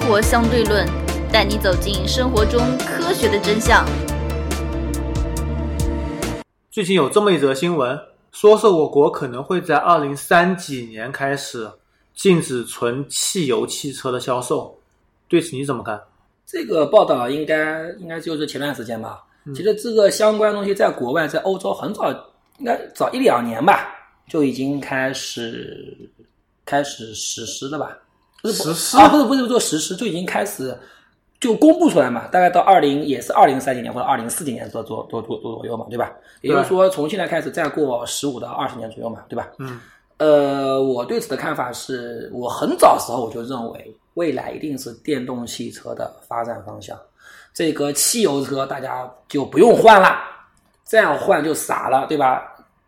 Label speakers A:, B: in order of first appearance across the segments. A: 活相对论》，带你走进生活中科学的真相。
B: 最近有这么一则新闻，说是我国可能会在二零三几年开始禁止纯汽油汽车的销售，对此你怎么看？
C: 这个报道应该应该就是前段时间吧。其实这个相关东西在国外，在欧洲很早，应该早一两年吧，就已经开始开始实施了吧？不是
B: 实施
C: 啊，不是不是做实施，就已经开始就公布出来嘛。大概到二零也是二零三几年或者二零四几年左左左左左右嘛，对吧？也就是说，从现在开始再过十五到二十年左右嘛，对吧？
B: 嗯，
C: 呃，我对此的看法是，我很早时候我就认为，未来一定是电动汽车的发展方向。这个汽油车大家就不用换了，这样换就傻了，对吧？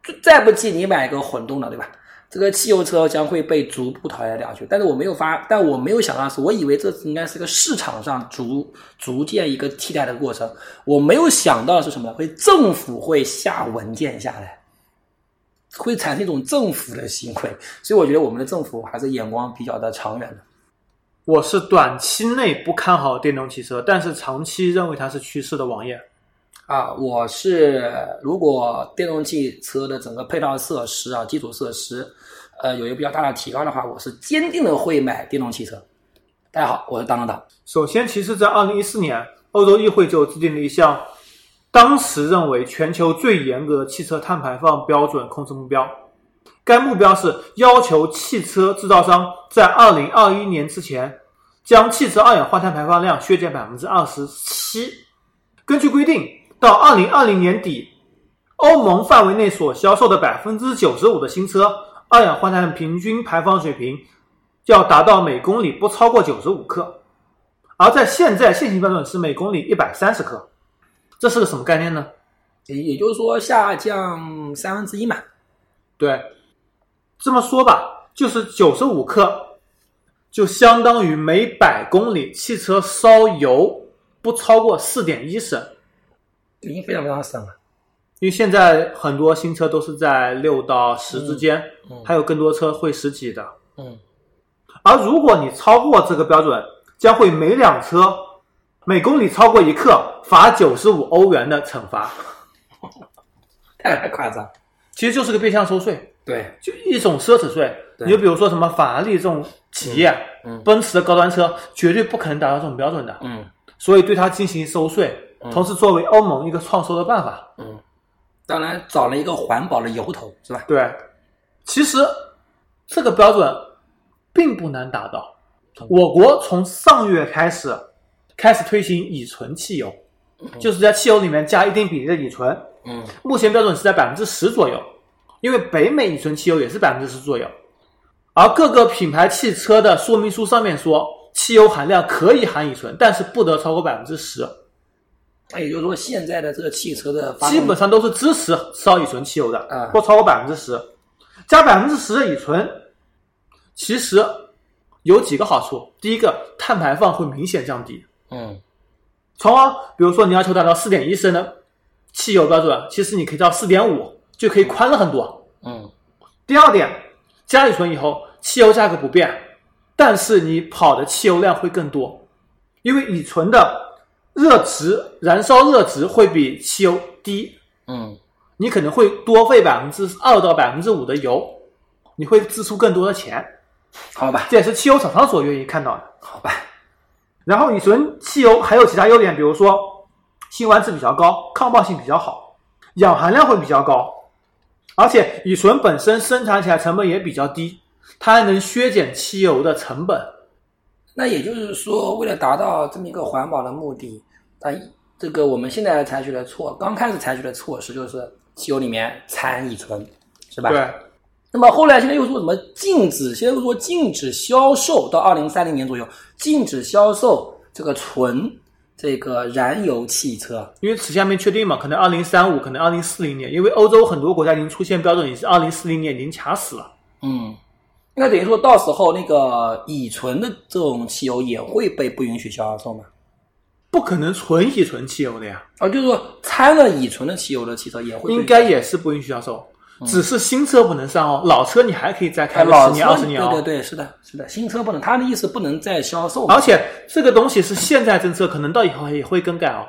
C: 就再不济你买个混动的，对吧？这个汽油车将会被逐步淘汰掉去。但是我没有发，但我没有想到的是，我以为这应该是个市场上逐逐渐一个替代的过程。我没有想到的是什么呢？会政府会下文件下来，会产生一种政府的行为。所以我觉得我们的政府还是眼光比较的长远的。
B: 我是短期内不看好电动汽车，但是长期认为它是趋势的网页。
C: 啊，我是如果电动汽车的整个配套设施啊、基础设施，呃，有一个比较大的提高的话，我是坚定的会买电动汽车。大家好，我是当当当。
B: 首先，其实，在二零一四年，欧洲议会就制定了一项当时认为全球最严格的汽车碳排放标准控制目标。该目标是要求汽车制造商在二零二一年之前，将汽车二氧化碳排放量削减百分之二十七。根据规定，到二零二零年底，欧盟范围内所销售的百分之九十五的新车，二氧化碳平均排放水平要达到每公里不超过九十五克。而在现在现行标准是每公里一百三十克，这是个什么概念呢？
C: 也也就是说下降三分之一嘛。
B: 对，这么说吧，就是九十五克，就相当于每百公里汽车烧油不超过四点一升，
C: 已经非常非常省了。
B: 因为现在很多新车都是在六到十之间，
C: 嗯
B: 还有更多车会十几的。
C: 嗯，
B: 而如果你超过这个标准，将会每辆车每公里超过一克罚九十五欧元的惩罚，
C: 太夸张。
B: 其实就是个变相收税。
C: 对，
B: 就一种奢侈税。
C: 对
B: 你就比如说什么法拉利这种企业，
C: 嗯嗯
B: 奔驰的高端车绝对不可能达到这种标准的，
C: 嗯
B: 所以对它进行收税，同时作为欧盟一个创收的办法。
C: 嗯，当然找了一个环保的由头是吧？
B: 对，其实这个标准并不难达到。我国从上月开始开始推行乙醇汽油，就是在汽油里面加一定比例的乙醇。
C: 嗯
B: 目前标准是在百分之十左右，因为北美乙醇汽油也是百分之十左右。而各个品牌汽车的说明书上面说，汽油含量可以含乙醇，但是不得超过百分之十，
C: 那也就是说现在的这个汽车的发
B: 基
C: 动
B: 本上都是支持烧乙醇汽油的
C: 啊，
B: 不超过百分之十。加百分之十的乙醇，其实有几个好处：第一个，碳排放会明显降低，
C: 嗯
B: 从而比如说你要求达到四点一升的汽油标准，其实你可以到四点五，就可以宽了很多。
C: 嗯
B: 第二点，加乙醇以后，汽油价格不变，但是你跑的汽油量会更多，因为乙醇的热值燃烧热值会比汽油低，
C: 嗯
B: 你可能会多费百分之二到百分之五的油，你会支出更多的钱，
C: 好吧
B: 这也是汽油厂商所愿意看到的。
C: 好吧，
B: 然后乙醇汽油还有其他优点，比如说辛烷值比较高，抗爆性比较好，氧含量会比较高，而且乙醇本身生产起来成本也比较低，它还能削减汽油的成本。
C: 那也就是说，为了达到这么一个环保的目的，那这个我们现在采取的措，刚开始采取的措施就是汽油里面掺乙醇，是吧？。
B: 对，
C: 那么后来现在又说什么禁止，现在又说禁止销售，到二零三零年左右禁止销售这个纯这个燃油汽车。
B: 因为此下面确定嘛，可能二零三五，可能二零四零年，因为欧洲很多国家已经出现标准，已经是二零四零年已经卡死了。
C: 嗯，那等于说到时候那个乙醇的这种汽油也会被不允许销售吗？
B: 不可能纯乙醇汽油的呀，
C: 啊，就是说掺了乙醇的汽油的汽车也会被嗯
B: 应该也是不允许销售。只是新车不能上哦，老车你还可以再开个
C: 哎老啊
B: 十年
C: 车
B: 二十年哦。
C: 对对对，是的，是的，新车不能，他的意思不能再销售嘛，
B: 而且这个东西是现在政策，可能到以后也会更改哦。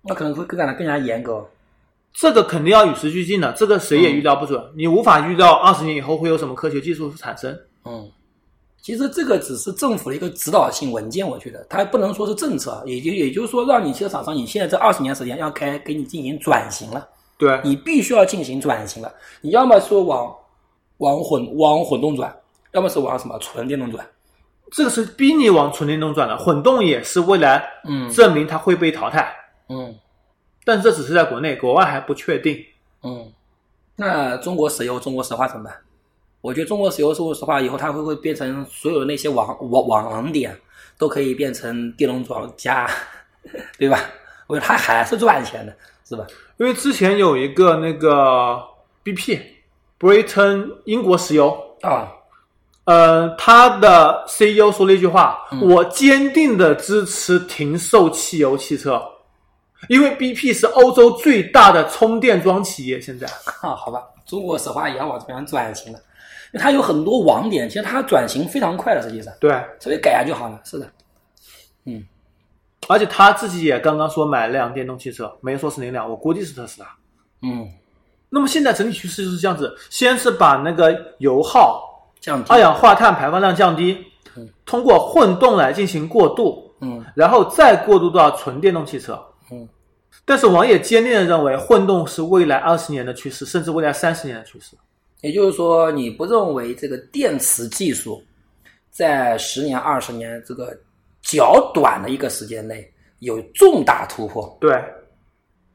C: 那可能会更改的更加严格。
B: 这个肯定要与时俱进的，这个谁也预料不准，你无法预料二十年以后会有什么科学技术产生。
C: 嗯，其实这个只是政府的一个指导性文件，我觉得它不能说是政策，啊也就也就是说，让你汽车厂商，你现在这二十年时间要开给你进行转型了，
B: 对，
C: 你必须要进行转型了，你要么说往往混往混动转，要么是往什么纯电动转，
B: 这个是逼你往纯电动转的，混动也是未来
C: 嗯
B: 证明它会被淘汰，
C: 嗯
B: 但这只是在国内，国外还不确定。
C: 嗯，那中国石油、中国石化怎么办？我觉得中国石油、中国石化以后，它会不会变成所有的那些网网网点都可以变成电动转加， 对吧？我觉得它还是赚钱的，是吧？
B: 因为之前有一个那个 BP Britain 英国石油，
C: 啊，
B: 呃，他的 CEO 说了一句话：“我坚定的支持停售汽油汽车，因为 BP 是欧洲最大的充电桩企业。”现在
C: 啊，好吧，中国石化也要往这边转型了，因为它有很多网点，其实它转型非常快的，实际上
B: 对，
C: 稍微改下就好了。是的，
B: 而且他自己也刚刚说买了辆电动汽车，没说是哪辆，我估计是特斯拉。
C: 嗯，
B: 那么现在整体趋势就是这样子，先是把那个油耗、
C: 降低
B: 二，氧化碳排放量降低
C: 嗯，
B: 通过混动来进行过渡，
C: 嗯
B: 然后再过渡到纯电动汽车。
C: 嗯
B: 但是王也坚定的认为，混动是未来二十年的趋势，甚至未来三十年的趋势。
C: 也就是说，你不认为这个电池技术在十年、二十年这个较短的一个时间内有重大突破？
B: 对，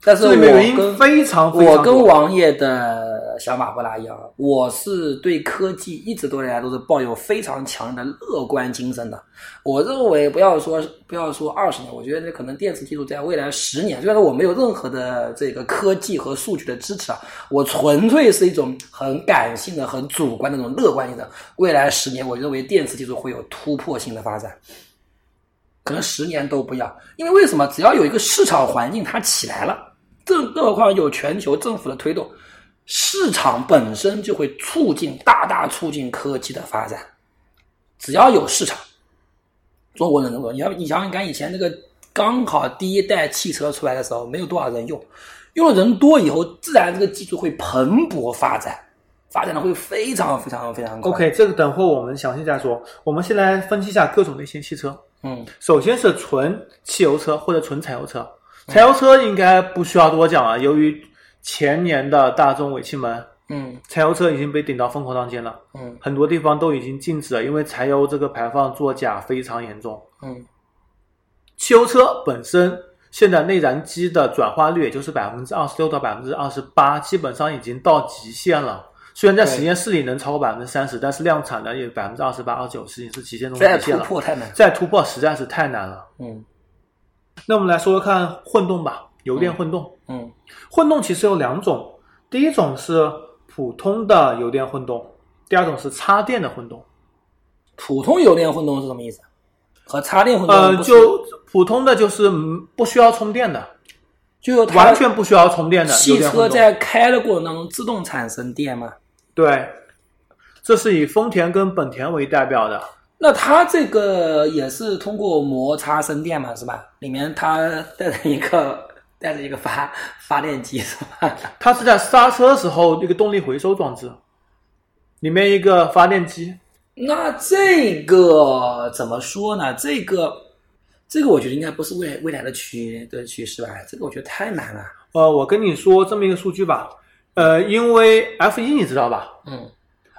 C: 但是
B: 这
C: 我
B: 里面原
C: 跟
B: 因非常非常
C: 我跟
B: 多
C: 王爷的想法不大一样，我是对科技一直都来都是抱有非常强的乐观精神的。我认为不要说不要说二十年，我觉得可能电池技术在未来十年，虽然说我没有任何的这个科技和数据的支持啊，我纯粹是一种很感性的、很主观的那种乐观性的。未来十年，我认为电池技术会有突破性的发展。可能十年都不要，因为为什么？只要有一个市场环境它起来了，更更何况有全球政府的推动，市场本身就会促进大大促进科技的发展。只要有市场，中国人能够，你要你想想看，以前那个刚好第一代汽车出来的时候，没有多少人用，用的人多以后，自然这个技术会蓬勃发展，发展的会非常非常非常快。
B: OK，这个等会我们详细再说。我们先来分析一下各种类型汽车。
C: 嗯
B: 首先是纯汽油车或者纯柴油车，
C: 嗯
B: 柴油车应该不需要多讲了，由于前年的大众尾气门，
C: 嗯
B: 柴油车已经被顶到风口浪尖了，
C: 嗯
B: 很多地方都已经禁止了，因为柴油这个排放作假非常严重。
C: 嗯
B: 汽油车本身现在内燃机的转化率也就是百分之二十六到百分之二十八，基本上已经到极限了。虽然在
C: 对
B: 实验室里能超过百分之三十，但是量产的也百分之二十八、二十九，已经是极限中
C: 再
B: 的极
C: 突
B: 限了。
C: 破太难。
B: 再突破实在是太难了。
C: 嗯
B: 那我们来说说看混动吧，油电混动。
C: 嗯
B: 混动其实有两种，第一种是普通的油电混动，第二种是插电的混动。
C: 普通油电混动是什么意思？和插电混动
B: 呃，
C: 不是
B: 就普通的就是嗯不需要充电的，
C: 就它
B: 完全不需要充电的油
C: 汽
B: 电
C: 车
B: 混动。
C: 在开的过程当中自动产生电嘛？
B: 对，这是以丰田跟本田为代表的。
C: 那它这个也是通过摩擦生电嘛，是吧？里面它带着一个带着一个发发电机是吧？
B: 它是在刹车时候一个动力回收装置，里面一个发电机。
C: 那这个怎么说呢？这个这个我觉得应该不是未未来的趋的趋势吧？这个我觉得太难了。
B: 呃，我跟你说这么一个数据吧，呃，因为 F 一你知道吧
C: 嗯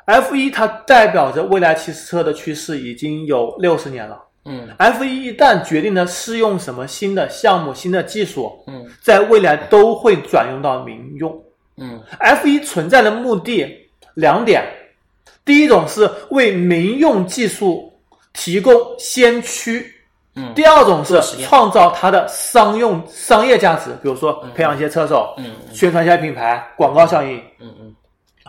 B: ？F 一它代表着未来汽车的趋势已经有六十年了。
C: 嗯
B: F 一一旦决定了适用什么新的项目、新的技术，
C: 嗯
B: 在未来都会转用到民用。
C: 嗯
B: F 一存在的目的两点，第一种是为民用技术提供先驱，
C: 嗯
B: 第二种是
C: 实验
B: 创造它的商用商业价值，比如说培养一些车手，
C: 嗯
B: 宣传一下品牌，广告效应。
C: 嗯嗯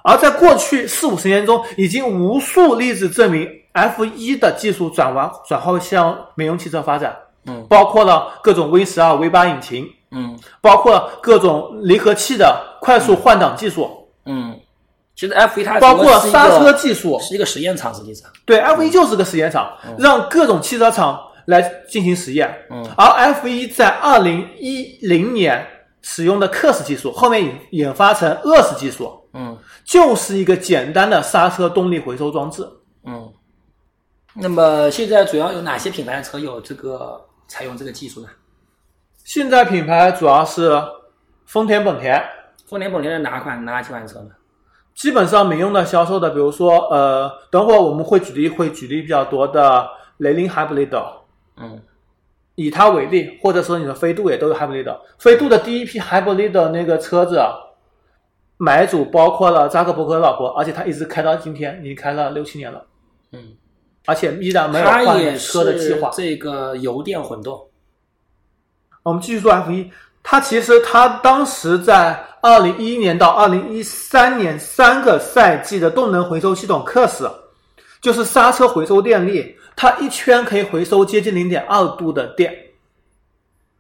B: 而在过去四五十年中，已经无数例子证明 F 一的技术转完转化向民用汽车发展，
C: 嗯
B: 包括了各种 V 十二、V 八引擎，
C: 嗯
B: 包括了各种离合器的快速换挡技术。
C: 嗯其实 F 一它
B: 包括
C: 只不过是一个
B: 刹车技术，
C: 是一个实验场，实际上，
B: 对 F 一就是个实验场，让各种汽车厂来进行实验。
C: 嗯
B: 而 F 一在二零一零年使用的 KERS 技术，后面引引发成 ERS 技术，
C: 嗯
B: 就是一个简单的刹车动力回收装置。
C: 嗯。那么现在主要有哪些品牌的车有这个采用这个技术呢？
B: 现在品牌主要是丰田、本田，
C: 丰田、本田的哪款哪几款车呢？
B: 基本上民用的销售的，比如说呃，等会儿我们会举例会举例比较多的雷凌 Hybrid，
C: 嗯
B: 以它为例，或者说你的飞度也都是 Hybrid。飞度的第一批 Hybrid 的那个车子，啊，买主包括了扎克伯格的老婆，而且他一直开到今天，已经开了六七年了，
C: 嗯，
B: 而且依然没有
C: 它也
B: 换
C: 是
B: 车的计划。
C: 这个油电混动。
B: 啊我们继续说 F 一，它其实它当时在二零一一年到二零一三年三个赛季的动能回收系统 KERS，就是刹车回收电力，它一圈可以回收接近零点二度的电，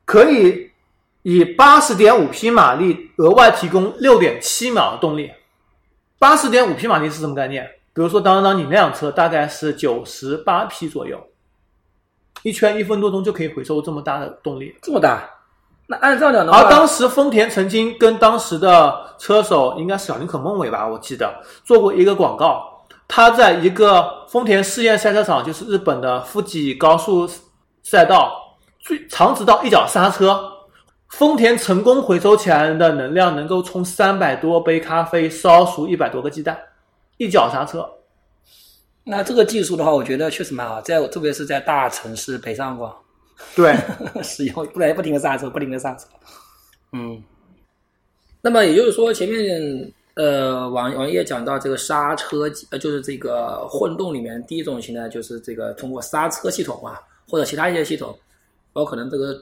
B: 可以以八十点五匹马力额外提供六点七秒的动力。八十点五匹马力是什么概念？比如说，当当你那辆车大概是九十八匹左右，一圈一分多钟就可以回收这么大的动力。
C: 这么大？啊那按照讲的话，
B: 而当时丰田曾经跟当时的车手应该是小林可梦伟吧，我记得做过一个广告。他在一个丰田试验赛车场，就是日本的富吉高速赛道，最长直道一脚刹车，丰田成功回收起来的能量能够冲三百多杯咖啡烧熟一百多个鸡蛋，一脚刹车。
C: 那这个技术的话，我觉得确实蛮好，在特别是在大城市北上广
B: 对，
C: 使用，不然不停的刹车，不停的刹车。嗯，那么也就是说，前面呃网网页讲到这个刹车技，呃就是这个混动里面第一种形态就是这个通过刹车系统啊，或者其他一些系统，包括可能这个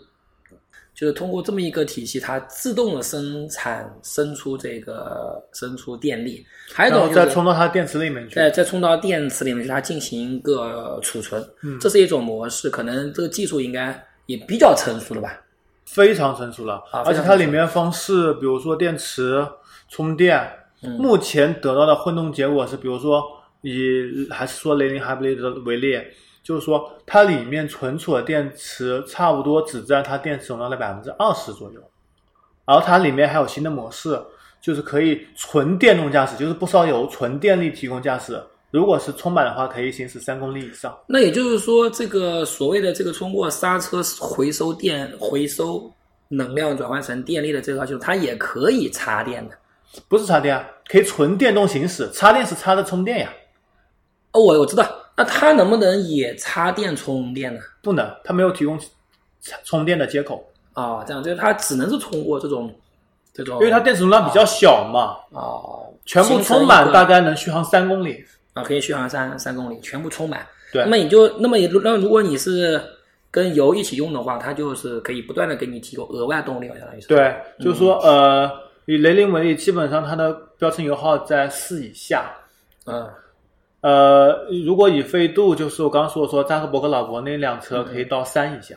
C: 就是通过这么一个体系，它自动的生产生出这个生出电力。还有一
B: 然后
C: 种就
B: 再
C: 是
B: 冲到它电池里面去。
C: 再再充到电池里面去，它进行一个储存，
B: 嗯
C: 这是一种模式，可能这个技术应该也比较成熟了吧？
B: 非常成熟了，
C: 啊
B: 而且
C: 非常成熟
B: 它里面方式，比如说电池充电，
C: 嗯
B: 目前得到的混动结果是，比如说以还是说雷凌 Hybrid 为例，就是说它里面存储的电池差不多只占它电池容量的百分之二十左右，而它里面还有新的模式，就是可以纯电动驾驶，就是不烧油，纯电力提供驾驶。如果是充满的话，可以行驶三公里以上。
C: 那也就是说，这个所谓的这个通过刹车回收电回收能量转换成电力的这套系统，它也可以插电的。
B: 不是插电啊，可以纯电动行驶。插电是插的充电呀，
C: 哦，我我知道，那它能不能也插电充电呢？
B: 不能，它没有提供充电的接口，
C: 哦，这样就是它只能是通过这种这种，
B: 因为它电池容量比较小嘛，
C: 哦，
B: 全部充
C: 形成一
B: 满
C: 个
B: 大概能续航三公里。
C: 啊，可以续航三三公里，全部充满。
B: 对
C: 那么你就那么也那如果你是跟油一起用的话，它就是可以不断的给你提供额外动力，相当于是。，
B: 对，就是说、呃，以雷凌为例，基本上它的标称油耗在四以下。
C: 嗯
B: 呃，如果以飞度，就是我刚刚说说扎克伯格老伯那辆车可以到三以下。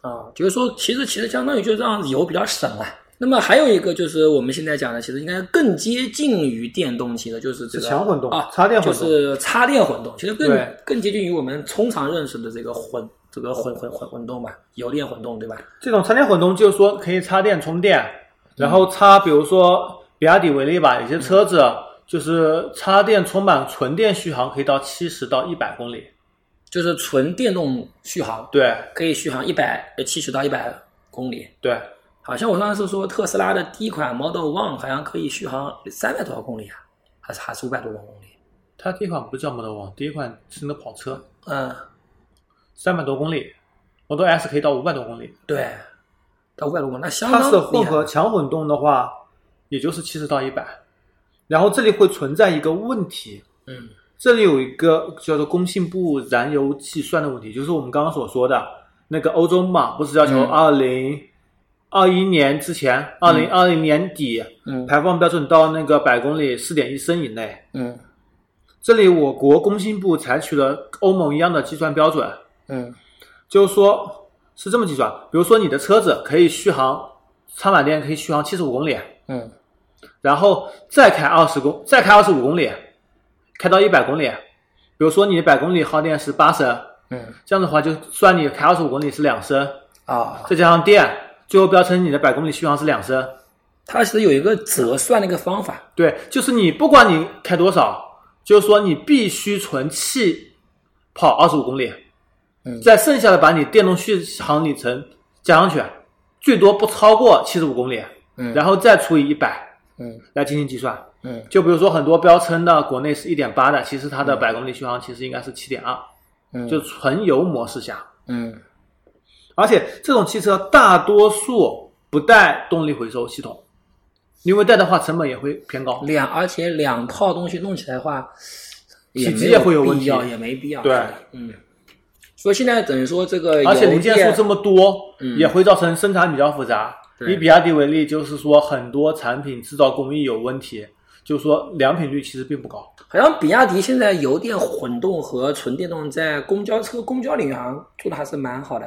C: 啊，就是说，其实其实相当于就让油比较省了、那么还有一个就是我们现在讲的，其实应该更接近于电动汽车，就是这个
B: 是强混动
C: 啊，
B: 插电混动
C: 就是插电混动，其实更
B: 对
C: 更接近于我们通常认识的这个混这个混混混混动吧，油电混动对吧？
B: 这种插电混动就是说可以插电充电，然后插，比如说比亚迪为例吧，有些车子就是插电充满纯电续航可以到七十到一百公里。
C: 就是纯电动续航，
B: 对
C: 可以续航一百七十到一百公里。
B: 对，
C: 好像我上次说特斯拉的第一款 Model One 好像可以续航三百多少公里啊，还是还是五百多少公里？
B: 它第一款不是叫 Model One，第一款是那跑车，
C: 嗯，
B: 三百多公里，Model S 可以到五百多公里。
C: 对，到五百多公里，那相
B: 它
C: 当
B: 是混
C: 厉害
B: 合强混动的话，也就是七十到一百。然后这里会存在一个问题，
C: 嗯
B: 这里有一个叫做工信部燃油计算的问题，就是我们刚刚所说的那个欧洲嘛，不是要求
C: 嗯
B: 二零二一年之前，二零二零年底
C: 嗯
B: 排放标准到那个百公里四点一升以内。
C: 嗯
B: 这里我国工信部采取了欧盟一样的计算标准，
C: 嗯
B: 就是说是这么啊计算，比如说你的车子可以续航，插满电可以续航七十五公里，
C: 嗯
B: 然后再开二十公，再开二十五公里，开到一百公里。比如说你百公里耗电是八升，
C: 嗯
B: 这样的话就算你开二十五公里是两升，
C: 啊，
B: 再加上电，最后标称你的百公里续航是两升。
C: 它是有一个折算的一个方法，
B: 对，就是你不管你开多少，就是说你必须存气跑二十五公里，
C: 嗯
B: 再剩下的把你电动续航里程加上去，最多不超过七十五公里，
C: 嗯
B: 然后再除以一百
C: 嗯
B: 来进行计算。
C: 嗯
B: 就比如说很多标称的国内是一点八的，其实它的百公里续航其实应该是七点二，
C: 嗯，
B: 就纯油模式下，
C: 嗯
B: 而且这种汽车大多数不带动力回收系统，因为带的话成本也会偏高。
C: 两，而且两套东西弄起来的话，
B: 体积
C: 没
B: 也会有问
C: 必要，
B: 题
C: 也没必要。
B: 对，
C: 嗯。所以现在等于说这个，
B: 而且零件数这
C: 么，
B: 么多，
C: 嗯
B: 也会造成生产比较复杂。
C: 对
B: 以比亚迪为例，就是说很多产品制造工艺有问题，就是说良品率其实并不高。
C: 好像比亚迪现在油电混动和纯电动在公交车、公交领域好像做的还是蛮好的，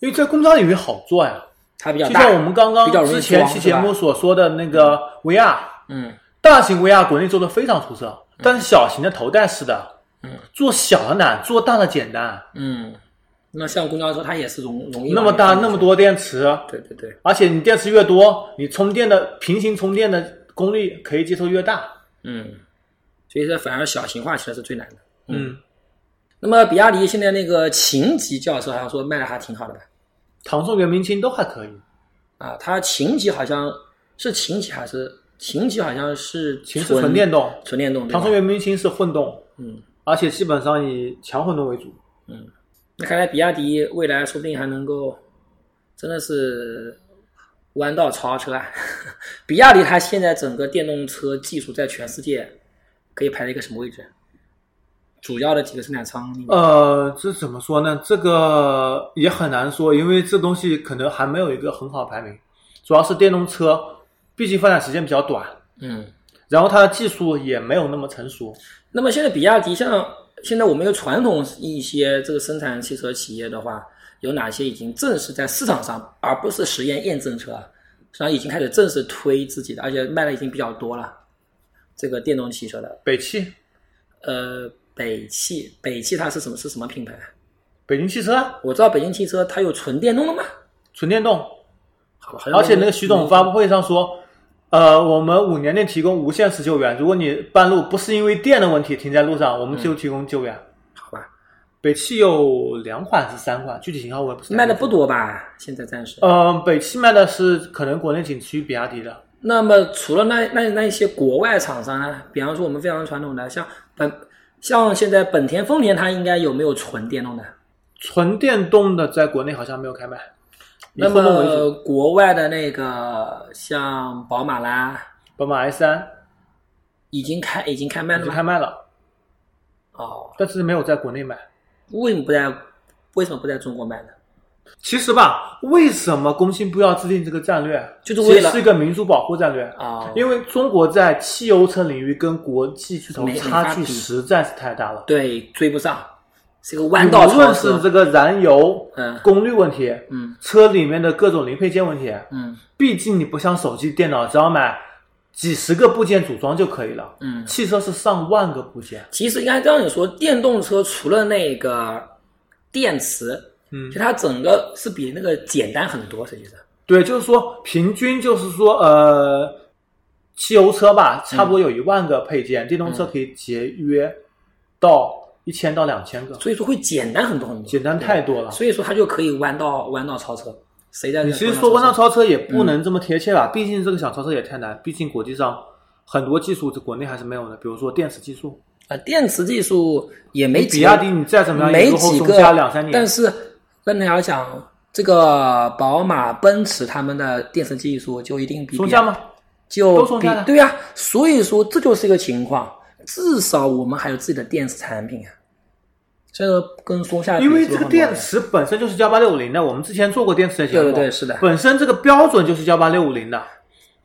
B: 因为在公交领域好做呀，
C: 它比较
B: 就
C: 大。
B: 像我们刚刚
C: 比较容易
B: 之前
C: 装
B: 期节目
C: 是吧
B: 所说的那个 VR，
C: 嗯
B: 大型 VR 国内做的非常出色，但是小型的头戴式的
C: 嗯
B: 做小的难，做大的简单。
C: 嗯，那像公交车它也是容容易
B: 那么大那么，多电池，
C: 对对对，
B: 而且你电池越多，你充电的平行充电的功率可以接受越大。
C: 嗯，所以这反而小型化其实是最难的。
B: 嗯，
C: 那么比亚迪现在那个秦级轿车好像说卖的还挺好的吧？
B: 唐宋元明清都还可以。
C: 啊，它秦级好像是秦级还是秦级好像是
B: 秦是纯电动，
C: 纯电动对
B: 唐
C: 吧
B: 宋？元明清是混动，
C: 嗯
B: 而且基本上以强混动为主。
C: 嗯，那看来比亚迪未来说不定还能够真的是弯道超车啊！ 比亚迪它现在整个电动车技术在全世界可以排在一个什么位置？主要的几个生产仓里面，
B: 呃，这怎么说呢？这个也很难说，因为这东西可能还没有一个很好的排名。主要是电动车，毕竟发展时间比较短，
C: 嗯，
B: 然后它的技术也没有那么成熟。
C: 那么现在比亚迪像现在我们有传统一些这个生产汽车企业的话，有哪些已经正式在市场上，而不是实验验证车，啊，实际上已经开始正式推自己的，而且卖的已经比较多了。这个电动汽车的，
B: 北汽、
C: 呃，北汽，北汽它是什么是什么品牌啊？
B: 北京汽车啊
C: 我知道北京汽车它有纯电动的吗？
B: 纯电动，
C: 好吧，好像嗯
B: 而且那个徐总发布会上说，呃，我们五年内提供无限时救援，如果你半路不是因为电的问题停在路上，我们就提供救援。
C: 好吧，
B: 北汽有两款还是三款，具体型号我也不知道。
C: 卖的不。多吧？现在暂时。
B: 嗯、北汽卖的是可能国内仅次于比亚迪的。
C: 那么除了那那那一些国外厂商呢，比方说我们非常传统的，像本像现在本田、丰田，它应该有没有纯电动的？
B: 纯电动的在国内好像没有开卖，以
C: 那
B: 混动为主。
C: 么国外的那个像宝马啦，
B: 宝马 i 三
C: 已经开已经开卖
B: 已
C: 了
B: 经
C: 吗？
B: 开卖了，
C: 哦，
B: 但是没有在国内卖。
C: 为什么不在为什么不在中国卖呢？
B: 其实吧，为什么工信部要制定这个战略？
C: 就是为了
B: 其实是一个民族保护战略。
C: 啊、
B: 因为中国在汽油车领域跟国际巨头
C: 没没法
B: 差距
C: 比
B: 实在是太大了，
C: 对追不上，是个弯道
B: 无
C: 超
B: 论是
C: 车。
B: 这个燃油
C: 嗯
B: 功率问题，
C: 嗯
B: 车里面的各种零配件问题，
C: 嗯
B: 毕竟你不像手机、电脑，只要买几十个部件组装就可以了。
C: 嗯，
B: 汽车是上万个部件，
C: 其实应该这样子说，电动车除了那个电池，
B: 嗯
C: 其实，它整个是比那个简单很多，实际上。
B: 对，就是说平均就是说呃，汽油车吧，差不多有一万个配件，电动车可以节约到一千到两千个，
C: 所以说会简单很多很多，
B: 简单太多了。
C: 所以说它就可以弯道弯道超车。谁在
B: 你其实说弯道超车也嗯不能这么贴切吧，毕竟这个想超车也太难，毕竟国际上很多技术在国内还是没有的，比如说电池技术，
C: 啊？电池技术也没
B: 比
C: 几个
B: 亚迪你再怎么样，也
C: 没
B: 落后
C: 几
B: 中
C: 个
B: 加两三年
C: 但。是跟大家讲，这个宝马、奔驰他们的电池技术就一定比
B: 松
C: 比
B: 下
C: 亚
B: 吗？
C: 就
B: 都松
C: 比
B: 下了
C: 对呀、所以说这就是一个情况。至少我们还有自己的电池产品啊，这个跟松下比
B: 因为
C: 是有
B: 这个
C: 很多的
B: 电池本身就是幺八六五零的，我们之前做过电池的节
C: 对
B: 目，
C: 对对是的
B: 本身这个标准就是幺八六五零的，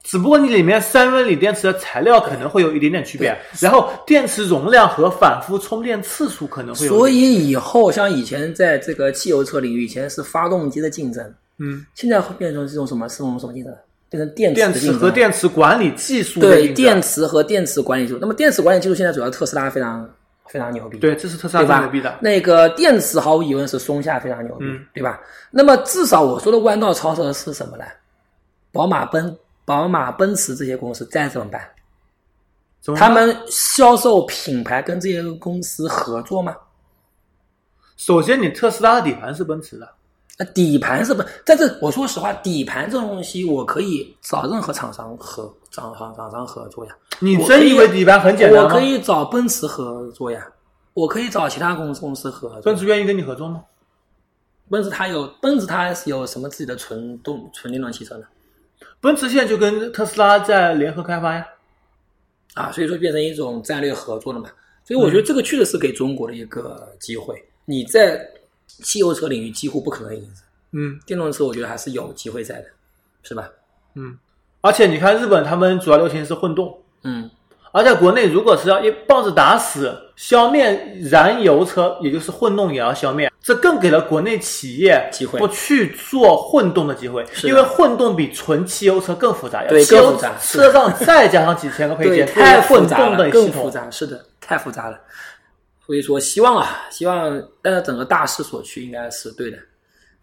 B: 只不过你里面三元锂电池的材料可能会有一点点区别，然后电池容量和反复充电次数可能会有，
C: 所，以以后像以前在这个汽油车领域，以前是发动机的竞争，
B: 嗯，
C: 现在会变成这种什么？是种什么竞争？变成电
B: 电
C: 的
B: 池
C: 竞
B: 和
C: 争。
B: 电池管理技术的竞
C: 对
B: 争
C: 电池和电池管理技术，那么电池管理技术现在主要特斯拉非常非常牛逼，
B: 对，这是特斯拉
C: 对
B: 最
C: 吧？
B: 牛逼的。
C: 那个电池毫无疑问是松下非常牛逼，
B: 嗯
C: 对吧？那么至少我说的弯道超车是什么呢？宝马、奔、宝马、奔驰这些公司再怎么办？
B: 怎么
C: 他们销售品牌跟这些公司合作吗？
B: 首先你特斯拉的底盘是奔驰的，
C: 那底盘是不？但是我说实话，底盘这种东西，我可以找任何厂商合厂厂厂商合作呀。
B: 你
C: 我可
B: 真
C: 以
B: 以为底盘很简单
C: 我
B: 吗
C: 可？以找奔驰合作呀，我可以找其他公司公司合作
B: 奔。驰愿意跟你合作吗？
C: 奔驰它有奔驰它有什么自己的纯动纯电动汽车呢？
B: 奔驰现在就跟特斯拉在联合开发呀。
C: 啊，所以说变成一种战略合作了嘛。所以我觉得
B: 嗯
C: 这个确实是给中国的一个机会。你在汽油车领域几乎不可能赢，
B: 嗯
C: 电动车我觉得还是有机会在的，是吧？
B: 嗯，而且你看日本，他们主要流行是混动，
C: 嗯，
B: 而在国内如果是要一棒子打死消灭燃油车，也就是混动也要消灭，这更给了国内企业
C: 机会
B: 不去做混动的机会，
C: 是的
B: 因为混动比纯汽油车更复杂呀，
C: 对
B: 汽油
C: 更复杂是
B: 车上再加上几千个配
C: 对，
B: 件，
C: 太复
B: 混
C: 杂
B: 动
C: 了，
B: 的
C: 更
B: 系
C: 复
B: 统。
C: 杂，是的，太复杂了。所以说，希望啊，希望，但是整个大势所趋应该是对的，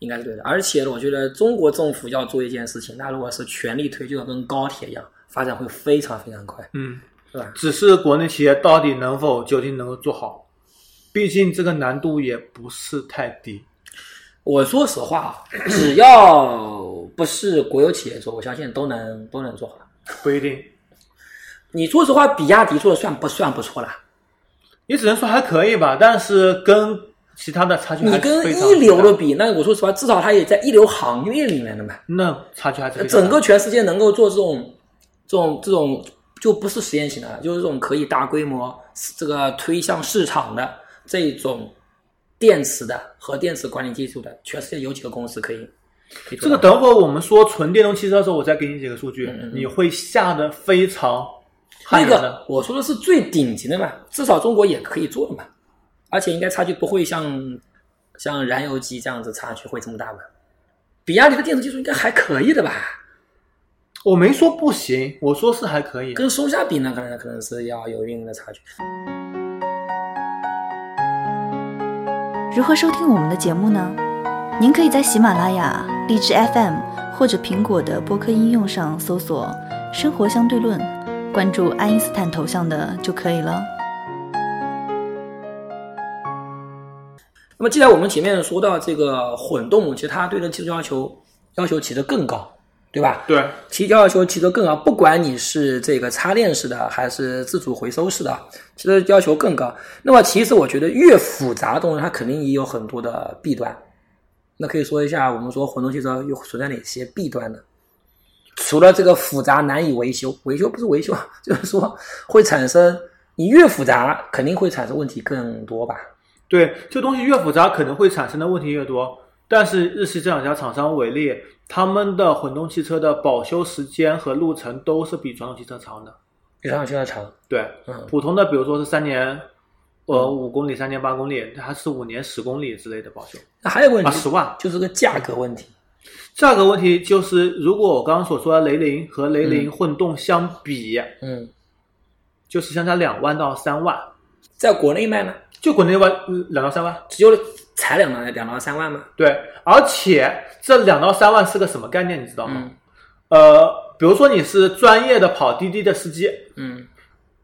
C: 应该是对的。而且我觉得中国政府要做一件事情，那如果是全力推，就要跟高铁一样，发展会非常非常快，
B: 嗯，
C: 是吧？
B: 只是国内企业到底能否究竟能够做好，毕竟这个难度也不是太低。
C: 我说实话啊， 只要不是国有企业做，我相信都能都能做好。
B: 不一定，
C: 你说实话，比亚迪做的算不算不错啦？
B: 也只能说还可以吧，但是跟其他的差距
C: 你
B: 还是
C: 跟
B: 非常
C: 一流
B: 巨
C: 的
B: 大
C: 比，那我说实话，至少它也在一流行业里面的嘛。
B: 那差距还是非常大
C: 整个全世界能够做这种、这种、这种，就不是实验型的，就是这种可以大规模这个推向市场的这种电池的和电池管理技术的，全世界有几个公司可以可以
B: 这
C: 做
B: 个
C: 到？
B: 等会儿我们说纯电动汽车的时候，我再给你几个数据，
C: 嗯嗯嗯
B: 你会吓得非常
C: 那
B: 汗颜
C: 个
B: 的。
C: 我说的是最顶级的嘛，至少中国也可以做的嘛，而且应该差距不会像像燃油机这样子差距会这么大吧？比亚迪的电池技术应该还可以的吧？
B: 我没说不行，我说是还可以。
C: 跟松下比呢，可能可能是要有一定的差距。
D: 如何收听我们的节目呢？您可以在喜马拉雅、荔枝 FM 或者苹果的播客应用上搜索“生活相对论”，关注爱因斯坦头像的就可以了。
C: 那么，既然我们前面说到这个混动，其实它对这技术要求要求其实更高，对吧？
B: 对，
C: 其要求其实更高，不管你是这个插电式的还是自主回收式的，其实要求更高。那么，其实我觉得越复杂的东西，它肯定也有很多的弊端。那可以说一下，我们说混动汽车又存在哪些弊端呢？除了这个复杂难以维修，维修不是维修， 就是说会产生你越复杂，肯定会产生问题更多吧？
B: 对，这东西越复杂，可能会产生的问题越多。但是日系这两家厂商为例，他们的混动汽车的保修时间和路程都是比传统汽车长的。
C: 比传统汽车长，
B: 对，
C: 嗯，
B: 普通的比如说是三年，呃，五公里、三年八公里，它是五年十公里之类的保修
C: 那还有个问
B: 啊，
C: 题，
B: 十万。
C: 就是个价格问题。
B: 价格问题就是，如果我刚刚所说的雷凌和雷凌混动相比，
C: 嗯，
B: 就是相差两万到三万，
C: 在国内卖呢，
B: 就国内外嗯两到三万。
C: 只有才两到两到三万嘛。
B: 对，而且这两到三万是个什么概念，你知道吗？
C: 嗯
B: 呃，比如说你是专业的跑滴滴的司机，
C: 嗯，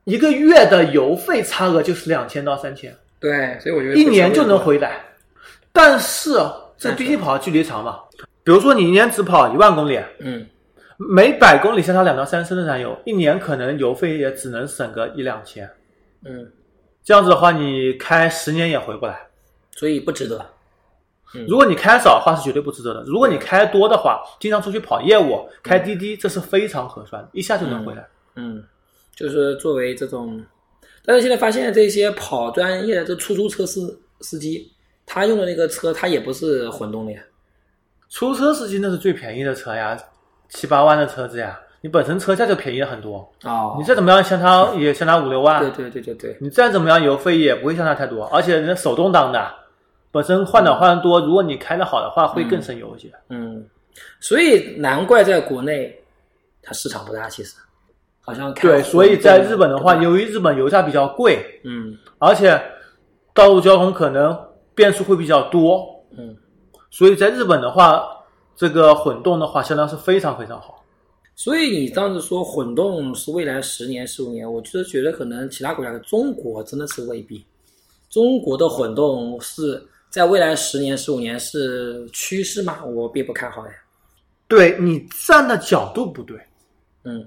B: 一个月的油费差额就是两千到三千，
C: 对，所以我觉得
B: 一年就能
C: 回。
B: 回来。但是啊
C: 哎
B: 这毕竟跑的距离长嘛，比如说你一年只跑一万公里，
C: 嗯，
B: 每百公里相差两到三升的燃油，一年可能油费也只能省个一两千。
C: 嗯，
B: 这样子的话，你开十年也回不来。
C: 所以不值得。嗯
B: 如果你开少的话，是绝对不值得的。如果你开多的话，经常出去跑业务，开滴滴，这是非常合算的，一下就能回来。
C: 嗯，就是作为这种，但是现在发现这些跑专业的这出租车司司机，他用的那个车，他也不是混动的呀。
B: 出租车司机那是最便宜的车呀，七八万的车子呀，你本身车价就便宜了很多，
C: 哦
B: 你再怎么样相差也相差五六万，
C: 对对对对对，
B: 你再怎么样油费也不会相差太多，而且人家手动挡的，本身换挡换的多，
C: 嗯
B: 如果你开的好的话，会更省油一些。
C: 嗯，所以难怪在国内它市场不大，其实好像开
B: 对，所以在日本的话，
C: 对吧
B: 由于日本油价比较贵，
C: 嗯
B: 而且道路交通可能变数会比较多，
C: 嗯，
B: 所以在日本的话，这个混动的话销量是非常非常好。
C: 所以你当时说混动是未来十年、十五年，我就是觉得可能其他国家，中国真的是未必。中国的混动是在未来十年、十五年是趋势吗？我并不看好呀。
B: 对你站的角度不对，
C: 嗯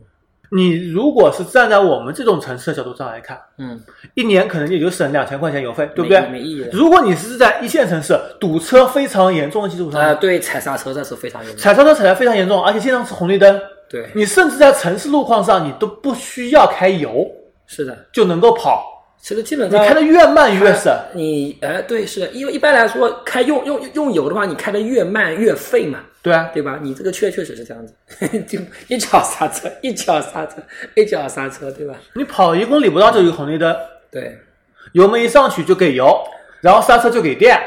B: 你如果是站在我们这种城市的角度上来看，
C: 嗯，
B: 一年可能也就省两千块钱油费，对不对？
C: 没意义的。
B: 如果你是在一线城市堵车非常严重的基础
C: 啊、
B: 上，
C: 对，踩刹车这是非常有用的。
B: 踩刹车踩得非常严重，而且经常是红绿灯，
C: 对，
B: 你甚至在城市路况上你都不需要开油
C: 是的，
B: 就能够跑，
C: 其实基本
B: 你
C: 上
B: 开的越慢越省。
C: 你哎、对，是的，因为一般来说开用用用油的话，你开的越慢越费嘛。
B: 对啊，
C: 对吧？你这个确确实是这样子， 就一脚刹车，一脚刹车，一脚刹车，对吧？
B: 你跑一公里不到就一个红绿灯，
C: 对，
B: 油门一上去就给油，然后刹车就给电。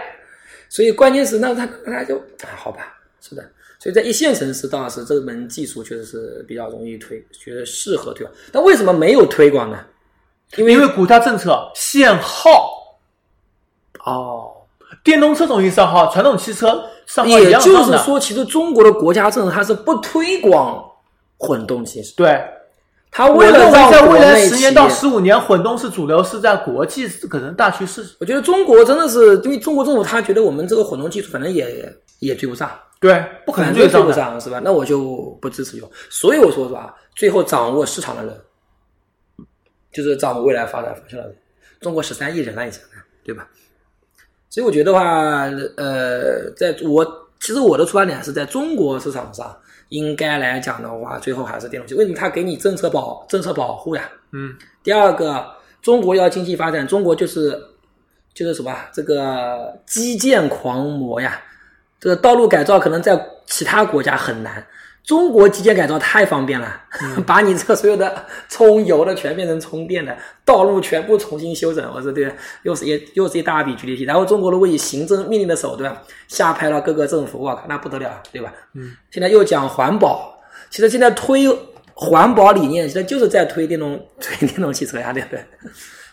C: 所以关键是那他他就啊，好吧，是的。所以在一线城市，倒是这门技术确实是比较容易推，觉得适合推广。但为什么没有推广呢？
B: 因为因为国家政策限号，
C: 哦，
B: 电动车容易上号，传统汽车上哦号一
C: 也
B: 样
C: 就
B: 上
C: 是
B: 的。
C: 说，其实中国的国家政策它是不推广混动技术，
B: 对，
C: 它
B: 我
C: 为了
B: 认为
C: 让
B: 在未来
C: 国内
B: 十年
C: 企
B: 到
C: 业
B: 十五年，混动是主流，是在国际可能大趋势。
C: 我觉得中国真的是，因为中国政府他觉得我们这个混动技术反正也也追不上，
B: 对，不可能
C: 反
B: 追
C: 正追
B: 上
C: 不
B: 的。
C: 上是吧？那我就不支持用。所以我说是吧，最后掌握市场的人，就是掌握未来发展方向的人。中国十三亿人了已经，对吧？所以我觉得话，呃，在我其实我的出发点是在中国市场上，应该来讲的话，最后还是电动车。为什么它给你政策保政策保护呀？
B: 嗯，
C: 第二个，中国要经济发展，中国就是就是什么啊这个基建狂魔呀，这个道路改造可能在其他国家很难。中国基建改造太方便了， 把你这个所有的充油的全变成充电的，道路全部重新修整，我说对，又是一又是一大笔 GDP。然后中国如果以行政命令的手段下派到各个政府，我靠，那不得了，对吧？
B: 嗯，
C: 现在又讲环保，其实现在推环保理念，现在就是在推电动 推电动汽车呀，对不对？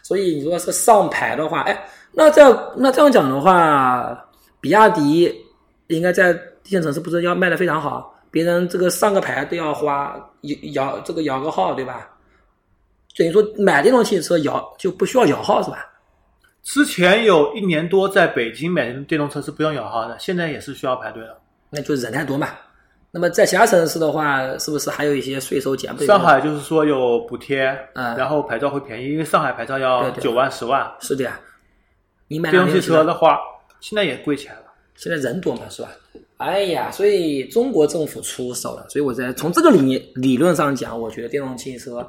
C: 所以你说是上牌的话，哎，那这样那这样讲的话，比亚迪应该在一线城市不是要卖的非常好？别人这个上个牌都要花摇摇这个摇个号，对吧？等于说买电动汽车摇就不需要摇号是吧？
B: 之前有一年多在北京买电动车是不用摇号的，现在也是需要排队的。
C: 那就是人太多嘛。那么在其他城市的话，是不是还有一些税收减配？
B: 上海就是说有补贴，
C: 嗯
B: 然后牌照会便宜，因为上海牌照要
C: 对对
B: 九万十万，
C: 是的呀，你买
B: 电动汽车
C: 了。
B: 的话现在也贵起来了。
C: 现在人多嘛，是吧？哎呀，所以中国政府出手了，所以我在从这个理理论上讲，我觉得电动汽车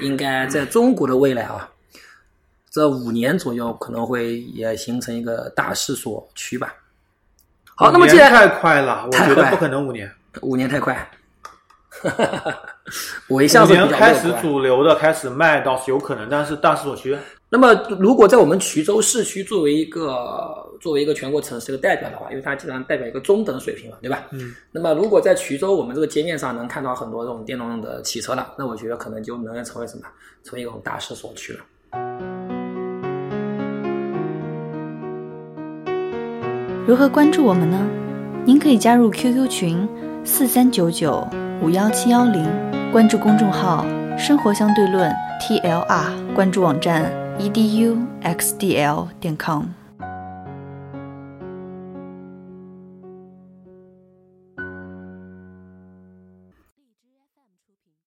C: 应该在中国的未来啊，这五年左右可能会也形成一个大势所趋吧。好，那么
B: 五
C: 既
B: 年太
C: 然
B: 快了，我
C: 太
B: 觉得
C: 快
B: 不可能五年。
C: 五年太快，我一向
B: 五
C: 是比较
B: 年
C: 乐
B: 开始
C: 观
B: 主流的开始卖倒是有可能，但是大势所趋。
C: 那么，如果在我们衢州市区作为一个作为一个全国城市的代表的话，因为它基本上代表一个中等水平嘛，对吧？
B: 嗯。
C: 那么，如果在衢州我们这个街面上能看到很多这种电动的汽车了，那我觉得可能就能成为什么，成为一种大势所趋了。
D: 如何关注我们呢？您可以加入 QQ 群四三九九五幺七幺零，关注公众号“生活 E 相对论 ”TLR，关注网站 eduxdl 点 com。